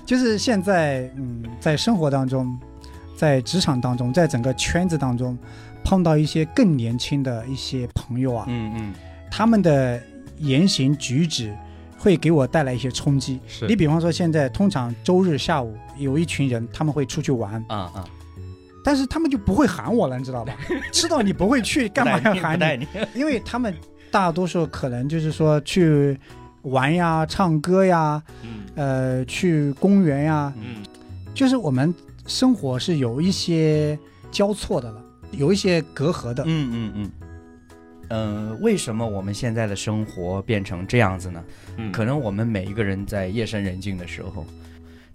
C: 就是现在，嗯，在生活当中，在职场当中，在整个圈子当中，碰到一些更年轻的一些朋友啊，
A: 嗯嗯，
C: 他们的言行举止会给我带来一些冲击。
A: 是
C: 你比方说，现在通常周日下午有一群人他们会出去玩，
A: 啊啊，
C: 但是他们就不会喊我了，你 知道吧？知道你不会去，干嘛要喊
A: 不带
C: 你？
A: 你？
C: 因为他们大多数可能就是说去玩呀、唱歌呀、
B: 嗯
C: 呃，去公园呀，
B: 嗯
C: 就是我们生活是有一些交错的了，有一些隔阂的。
A: 嗯嗯嗯。嗯、为什么我们现在的生活变成这样子呢？
B: 嗯，
A: 可能我们每一个人在夜深人静的时候，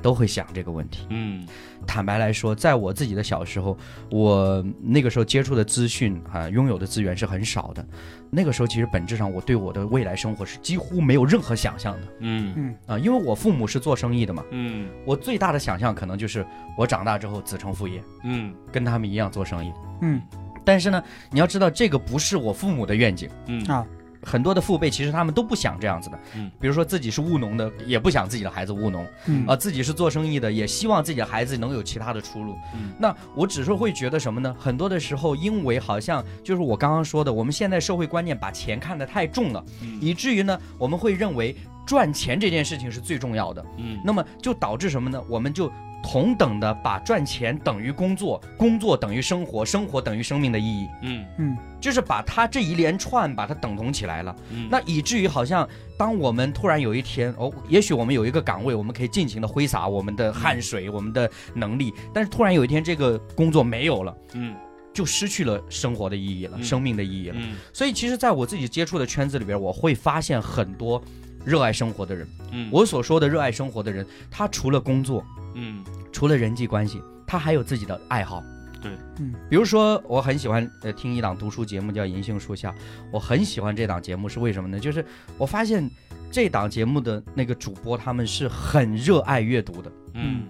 A: 都会想这个问题。
B: 嗯
A: 坦白来说，在我自己的小时候，我那个时候接触的资讯啊，拥有的资源是很少的。那个时候，其实本质上我对我的未来生活是几乎没有任何想象的
B: 嗯
C: 嗯
A: 啊，因为我父母是做生意的嘛，
B: 嗯
A: 我最大的想象可能就是我长大之后子承父业，
B: 嗯
A: 跟他们一样做生意。
C: 嗯
A: 但是呢，你要知道，这个不是我父母的愿景。
B: 嗯
C: 啊，
A: 很多的父辈其实他们都不想这样子的，
B: 嗯，
A: 比如说自己是务农的，也不想自己的孩子务农，
C: 嗯
A: 啊、自己是做生意的，也希望自己的孩子能有其他的出路。
B: 嗯
A: 那我只是会觉得什么呢？很多的时候，因为好像就是我刚刚说的，我们现在社会观念把钱看得太重了，
B: 嗯
A: 以至于呢，我们会认为赚钱这件事情是最重要的。
B: 嗯
A: 那么就导致什么呢？我们就同等的把赚钱等于工作，工作等于生活，生活等于生命的意义，
B: 嗯
C: 嗯，
A: 就是把它这一连串把它等同起来了。
B: 嗯，
A: 那以至于好像，当我们突然有一天，哦，也许我们有一个岗位，我们可以尽情的挥洒我们的
B: 嗯
A: 汗水、我们的能力，但是突然有一天这个工作没有了，
B: 嗯
A: 就失去了生活的意义了，
B: 嗯
A: 生命的意义了。
B: 嗯
A: 所以，其实在我自己接触的圈子里边，我会发现很多热爱生活的人。
B: 嗯，
A: 我所说的热爱生活的人，他除了工作，
B: 嗯
A: 除了人际关系，他还有自己的爱好。
B: 对，
C: 嗯，
A: 比如说，我很喜欢呃听一档读书节目叫《银杏树下》，我很喜欢这档节目是为什么呢？就是我发现这档节目的那个主播他们是很热爱阅读的，
B: 嗯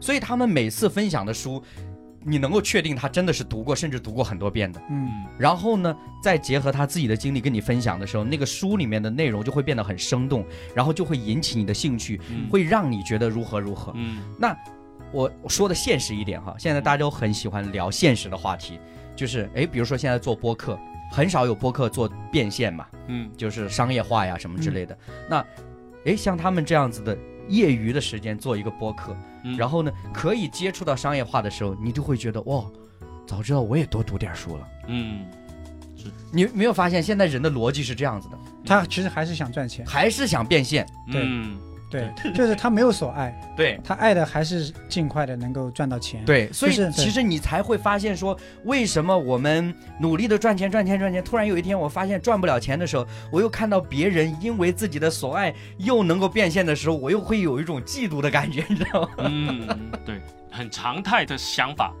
A: 所以他们每次分享的书，你能够确定他真的是读过，甚至读过很多遍的。
C: 嗯
B: 嗯
A: 然后呢，再结合他自己的经历跟你分享的时候，那个书里面的内容就会变得很生动，然后就会引起你的兴趣，
B: 嗯
A: 会让你觉得如何如何。
B: 嗯
A: 那我我说的现实一点哈，现在大家都很喜欢聊现实的话题，就是诶，比如说现在做播客，很少有播客做变现嘛，
B: 嗯
A: 就是商业化呀什么之类的。那诶，像他们这样子的业余的时间做一个播客，
B: 嗯，
A: 然后呢可以接触到商业化的时候，你就会觉得哇，早知道我也多读点书了。
B: 嗯
A: 你没有发现现在人的逻辑是这样子的，
C: 他其实还是想赚钱，
A: 还是想变现？
C: 对
B: 嗯
C: 对，就是他没有所爱，
A: 对
C: 他爱的还是尽快的能够赚到钱。，
A: 对，所以
C: 就是对
A: 其实你才会发现说，为什么我们努力的赚钱、赚钱、赚钱，突然有一天我发现赚不了钱的时候，我又看到别人因为自己的所爱又能够变现的时候，我又会有一种嫉妒的感觉，你知道吗？
B: 嗯，对，很常态的想法。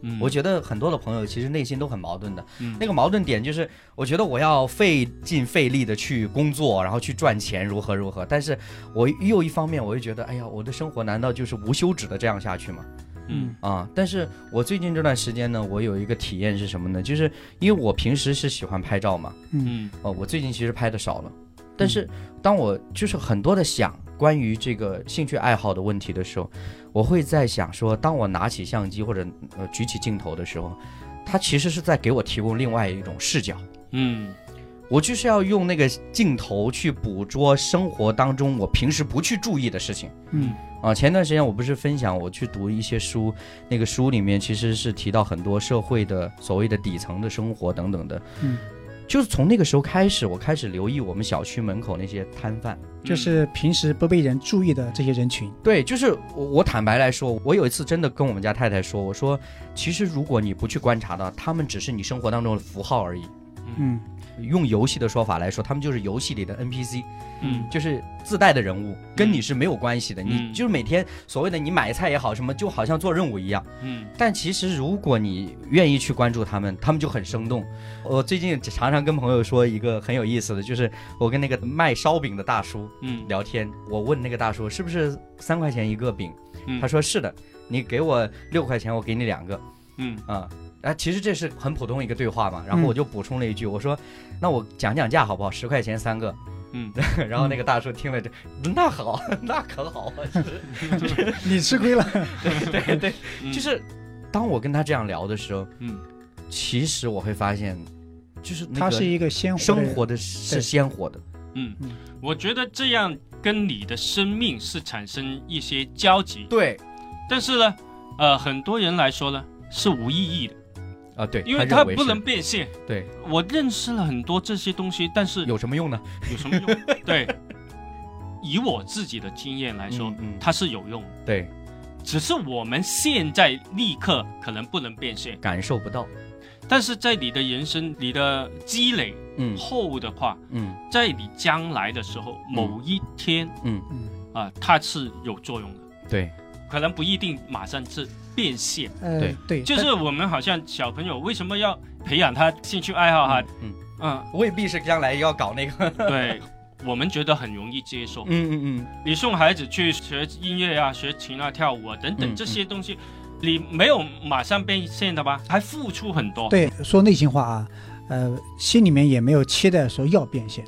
B: 嗯，
A: 我觉得很多的朋友其实内心都很矛盾的，
B: 嗯
A: 那个矛盾点就是，我觉得我要费尽费力的去工作，然后去赚钱，如何如何，但是我又一方面我又觉得，哎呀，我的生活难道就是无休止的这样下去吗？
B: 嗯
C: 嗯
A: 啊，但是我最近这段时间呢，我有一个体验是什么呢？就是因为我平时是喜欢拍照嘛，
B: 嗯
A: 哦，我最近其实拍的少了，但是当我就是很多的想关于这个兴趣爱好的问题的时候，我会在想说，当我拿起相机或者呃举起镜头的时候，它其实是在给我提供另外一种视角。
B: 嗯
A: 我就是要用那个镜头去捕捉生活当中我平时不去注意的事情。
C: 嗯
A: 啊，前段时间我不是分享我去读一些书，那个书里面其实是提到很多社会的所谓的底层的生活等等的，
C: 嗯，
A: 就是从那个时候开始，我开始留意我们小区门口那些摊贩。
B: 嗯
C: 就是平时不被人注意的这些人群。
A: 对，就是我我坦白来说，我有一次真的跟我们家太太说，我说其实如果你不去观察到，他们只是你生活当中的符号而已。
C: 嗯
A: 用游戏的说法来说，他们就是游戏里的 NPC。
B: 嗯
A: 就是自带的人物，跟你是没有关系的。
B: 嗯
A: 你就是每天所谓的你买菜也好，什么就好像做任务一样。
B: 嗯
A: 但其实如果你愿意去关注他们，他们就很生动。我最近常常跟朋友说一个很有意思的，就是我跟那个卖烧饼的大叔
B: 嗯
A: 聊天，我问那个大叔是不是三块钱一个饼，
B: 嗯
A: 他说是的，你给我六块钱，我给你两个
B: 嗯
A: 啊。啊，其实这是很普通一个对话嘛，然后我就补充了一句，我说，那我讲讲价好不好？十块钱三个，
B: 嗯，
A: 然后那个大叔听了这，那好， 那可好啊！
C: 你吃亏了。
A: 对对，就是当我跟他这样聊的时候，
B: 嗯
A: 其实我会发现，就是那
C: 他是
A: 个
C: 一个鲜活的
A: 生
C: 人
A: 活的是
C: 对
A: 鲜活的，
B: 嗯，我觉得这样跟你的生命是产生一些交集，
A: 对
B: 但是呢，呃，很多人来说呢是无意义的，
A: 啊对，
B: 因为
A: 他
B: 它
A: 认为
B: 不
A: 是
B: 能变现。
A: 对，
B: 我认识了很多这些东西，但是
A: 有什么用呢？
B: 有什 么用？对，以我自己的经验来说，
A: 嗯嗯
B: 它是有用的，
A: 对，
B: 只是我们现在立刻可能不能变现，
A: 感受不到，
B: 但是在你的人生、你的积累
A: 嗯
B: 后的话，
A: 嗯
B: 在你将来的时候，某一天
A: 嗯，
C: 嗯，
B: 啊、它是有作用的，
A: 对，
B: 可能不一定马上是变现。
A: 对
C: 呃，对，
B: 就是我们好像小朋友为什么要培养他兴趣爱好哈？
A: 嗯，嗯，
B: 嗯，
A: 未必是将来要搞那个，
B: 对，我们觉得很容易接受。
A: 嗯嗯嗯，
B: 你送孩子去学音乐啊、学琴啊、跳舞啊等
A: 嗯
B: 等这些东西，你没有马上变现的吧？还付出很多。
C: 对，说内心话啊，呃，心里面也没有期待说要变现。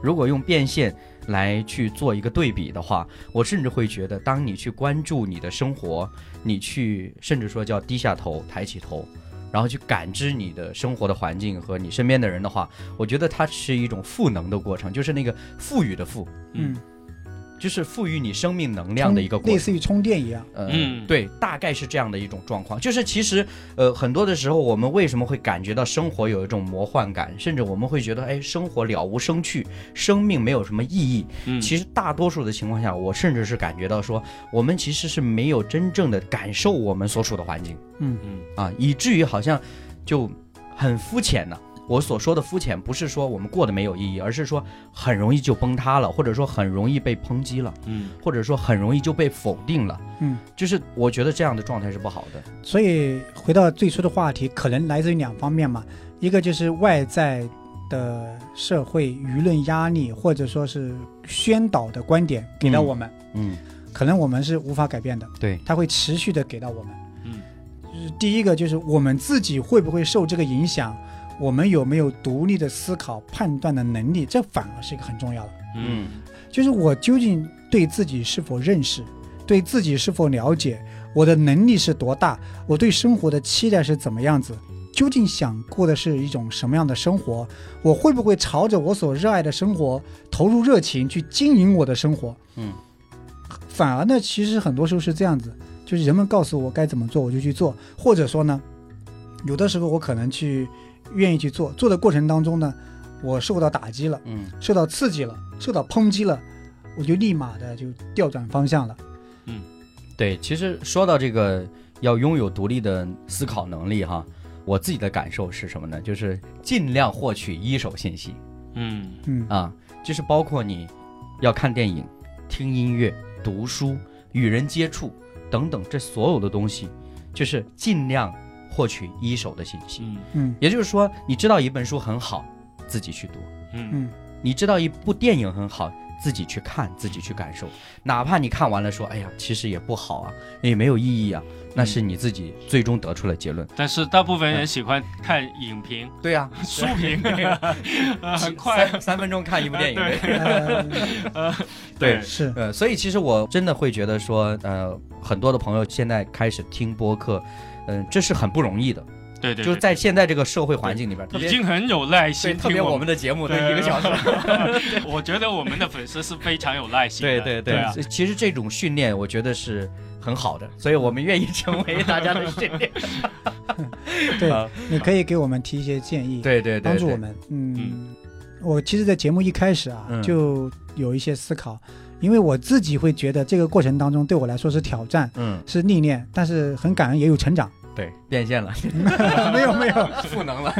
A: 如果用变现。来去做一个对比的话，我甚至会觉得，当你去关注你的生活，你去甚至说叫低下头、抬起头，然后去感知你的生活的环境和你身边的人的话，我觉得它是一种赋能的过程，就是那个赋予的赋，
B: 嗯
C: 嗯，
A: 就是赋予你生命能量的一个过
C: 类
A: 程。
C: 似于充电一样。
A: 呃
B: 嗯
A: 对，大概是这样的一种状况。就是其实，呃，很多的时候，我们为什么会感觉到生活有一种魔幻感，甚至我们会觉得，哎，生活了无生趣，生命没有什么意义。
B: 嗯
A: 其实大多数的情况下，我甚至是感觉到说，我们其实是没有真正的感受我们所处的环境
C: 嗯，
B: 嗯
A: 啊，以至于好像就很肤浅呢、我所说的肤浅，不是说我们过得没有意义，而是说很容易就崩塌了，或者说很容易被抨击了，
B: 嗯
A: 或者说很容易就被否定了。
C: 嗯，
A: 就是我觉得这样的状态是不好的。
C: 所以回到最初的话题，可能来自于两方面嘛，一个就是外在的社会舆论压力，或者说是宣导的观点给到我们，
A: 嗯，
C: 可能我们是无法改变的，
A: 对，
C: 它会持续的给到我们。
B: 嗯
C: 就是第一个就是我们自己会不会受这个影响，我们有没有独立的思考判断的能力，这反而是一个很重要的。
B: 嗯
C: 就是我究竟对自己是否认识，对自己是否了解，我的能力是多大，我对生活的期待是怎么样子，究竟想过的是一种什么样的生活，我会不会朝着我所热爱的生活投入热情去经营我的生活？
A: 嗯，
C: 反而呢，其实很多时候是这样子，就是人们告诉我该怎么做，我就去做，或者说呢，有的时候我可能去愿意去做，做的过程当中呢，我受到打击了。
A: 嗯
C: 受到刺激了，受到抨击了，我就立马的就调转方向了。
A: 对。其实说到这个，要拥有独立的思考能力哈，我自己的感受是什么呢？就是尽量获取一手信息
B: 嗯
C: 嗯，
A: 啊，就是包括你要看电影、听音乐、读书、与人接触等等，这所有的东西，就是尽量获取一手的信息。
B: 嗯
C: 嗯
A: 也就是说，你知道一本书很好，自己去读；
B: 嗯
C: 嗯
A: 你知道一部电影很好，自己去看，自己去感受。哪怕你看完了说，哎呀，其实也不好啊，也没有意义啊，那是你自己最终得出了结论。
B: 但是大部
A: 嗯
B: 分人喜欢看 影评、
A: 对呀、
B: 书评，呃很快。
A: 三三分钟看一部电影。
B: 对
C: 呃，
A: 对
C: 是，
A: 呃，所以其实我真的会觉得说，呃，很多的朋友现在开始听播客，嗯、这是很不容易的，
B: 对对，
A: 就是
B: 对
A: 在现在这个社会环境里边，特
B: 已
A: 别
B: 经很有耐
A: 对
B: 心
A: 特
B: 听
A: 别我
B: 我
A: 们
B: 们。
A: 的节目都
B: 对
A: 一个小时，
B: 我觉得我们的粉丝是非常有耐心
A: 对
B: 的。
A: 对
B: 对啊，
A: 所以其实这种训练我觉得是很好的，所以我们愿意成为大家的训练。
C: 对
A: 好，
C: 你可以给我们提一些建议，
A: 啊对对对，
C: 帮助
A: 对
C: 我。们。嗯，我其实，在节目一开始啊
A: 嗯，
C: 就有一些思考，因为我自己会觉得这个过程当中对我来说是挑战。
A: 嗯，
C: 是历练，但是很感恩也有成长。
A: 对，变现了，
C: 没有没有，
A: 赋能了。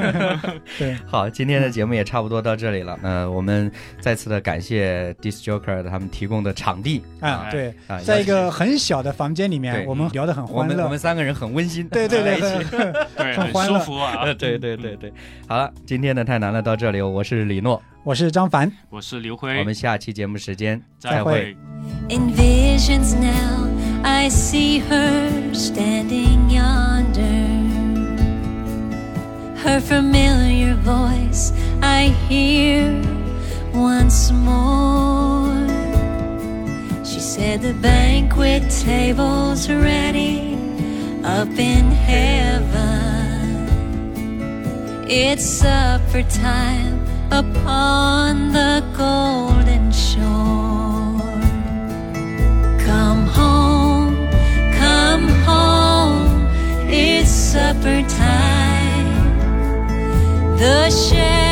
C: 对，
A: 好，今天的节目也差不多到这里了。呃，我们再次的感谢 Dis Joker 他们提供的场地
C: 啊
B: 哎
C: 对，
A: 啊，
C: 在一
A: 邀
C: 个很小的房间里面，
A: 对
C: 我们聊得很
A: 请我
C: 欢
A: 们我哎
C: 乐
A: 们，三个人很温馨，
C: 对对
A: 在一起
C: 对，对，
B: 对，
C: 很
B: 很
C: 欢
B: 舒
C: 乐
B: 服啊
A: 呃，。对对对对，好了，今天的太难了到这里，我是李诺，
C: 我是张凡，
B: 我是刘
A: 我
B: 辉
A: 们，下期节目时间
B: 再
A: 哎会。
B: 会。
D: In visions now, I see her standing yonder. Her familiar voice I hear once more. She said, The banquet table's ready up in heaven. It's supper time upon the golden shore. Come home, come home, it's supper time. The shade